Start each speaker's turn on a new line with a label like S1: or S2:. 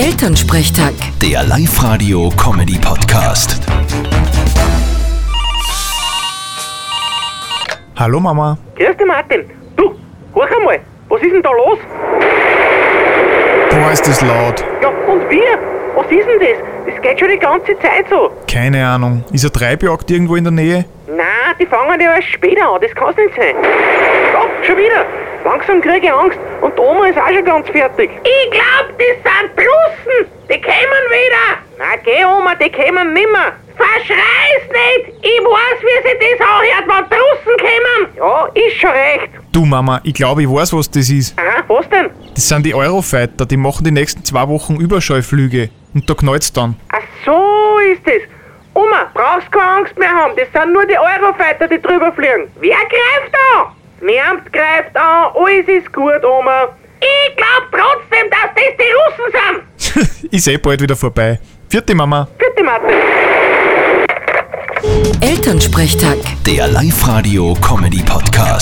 S1: Elternsprechtag.
S2: Der Live-Radio-Comedy-Podcast.
S3: Hallo Mama.
S4: Grüß dich, Martin. Du, horch einmal, was ist denn da los?
S3: Boah, ist das laut.
S4: Ja, und wir? Was ist denn das? Das geht schon die ganze Zeit so.
S3: Keine Ahnung. Ist eine Treibjagd irgendwo in der Nähe?
S4: Na, die fangen ja erst später an, das kann's nicht sein. Stopp, schon wieder. Langsam kriege ich Angst und die Oma ist auch schon ganz fertig. Ich glaub, das sind Russen. Die kommen wieder. Na, geh, Oma, die kommen nimmer. Verschrei's nicht. Ich weiß, wie sich das anhört, wenn die Russen kommen. Ja, ist schon recht.
S3: Du Mama, ich glaube, ich weiß, was das ist.
S4: Aha, was denn?
S3: Das sind die Eurofighter, die machen die nächsten zwei Wochen Überschallflüge. Und da knallt's dann.
S4: Ach so ist es. Oma, brauchst keine Angst mehr haben. Das sind nur die Eurofighter, die drüber fliegen. Wer greift an? Niemand greift an. Alles ist gut, Oma. Ich glaub trotzdem, dass das die Russen sind.
S3: Ist eh bald wieder vorbei. Vierte Mama.
S4: Bitte, Martin.
S1: Elternsprechtag.
S2: Der Live-Radio-Comedy-Podcast.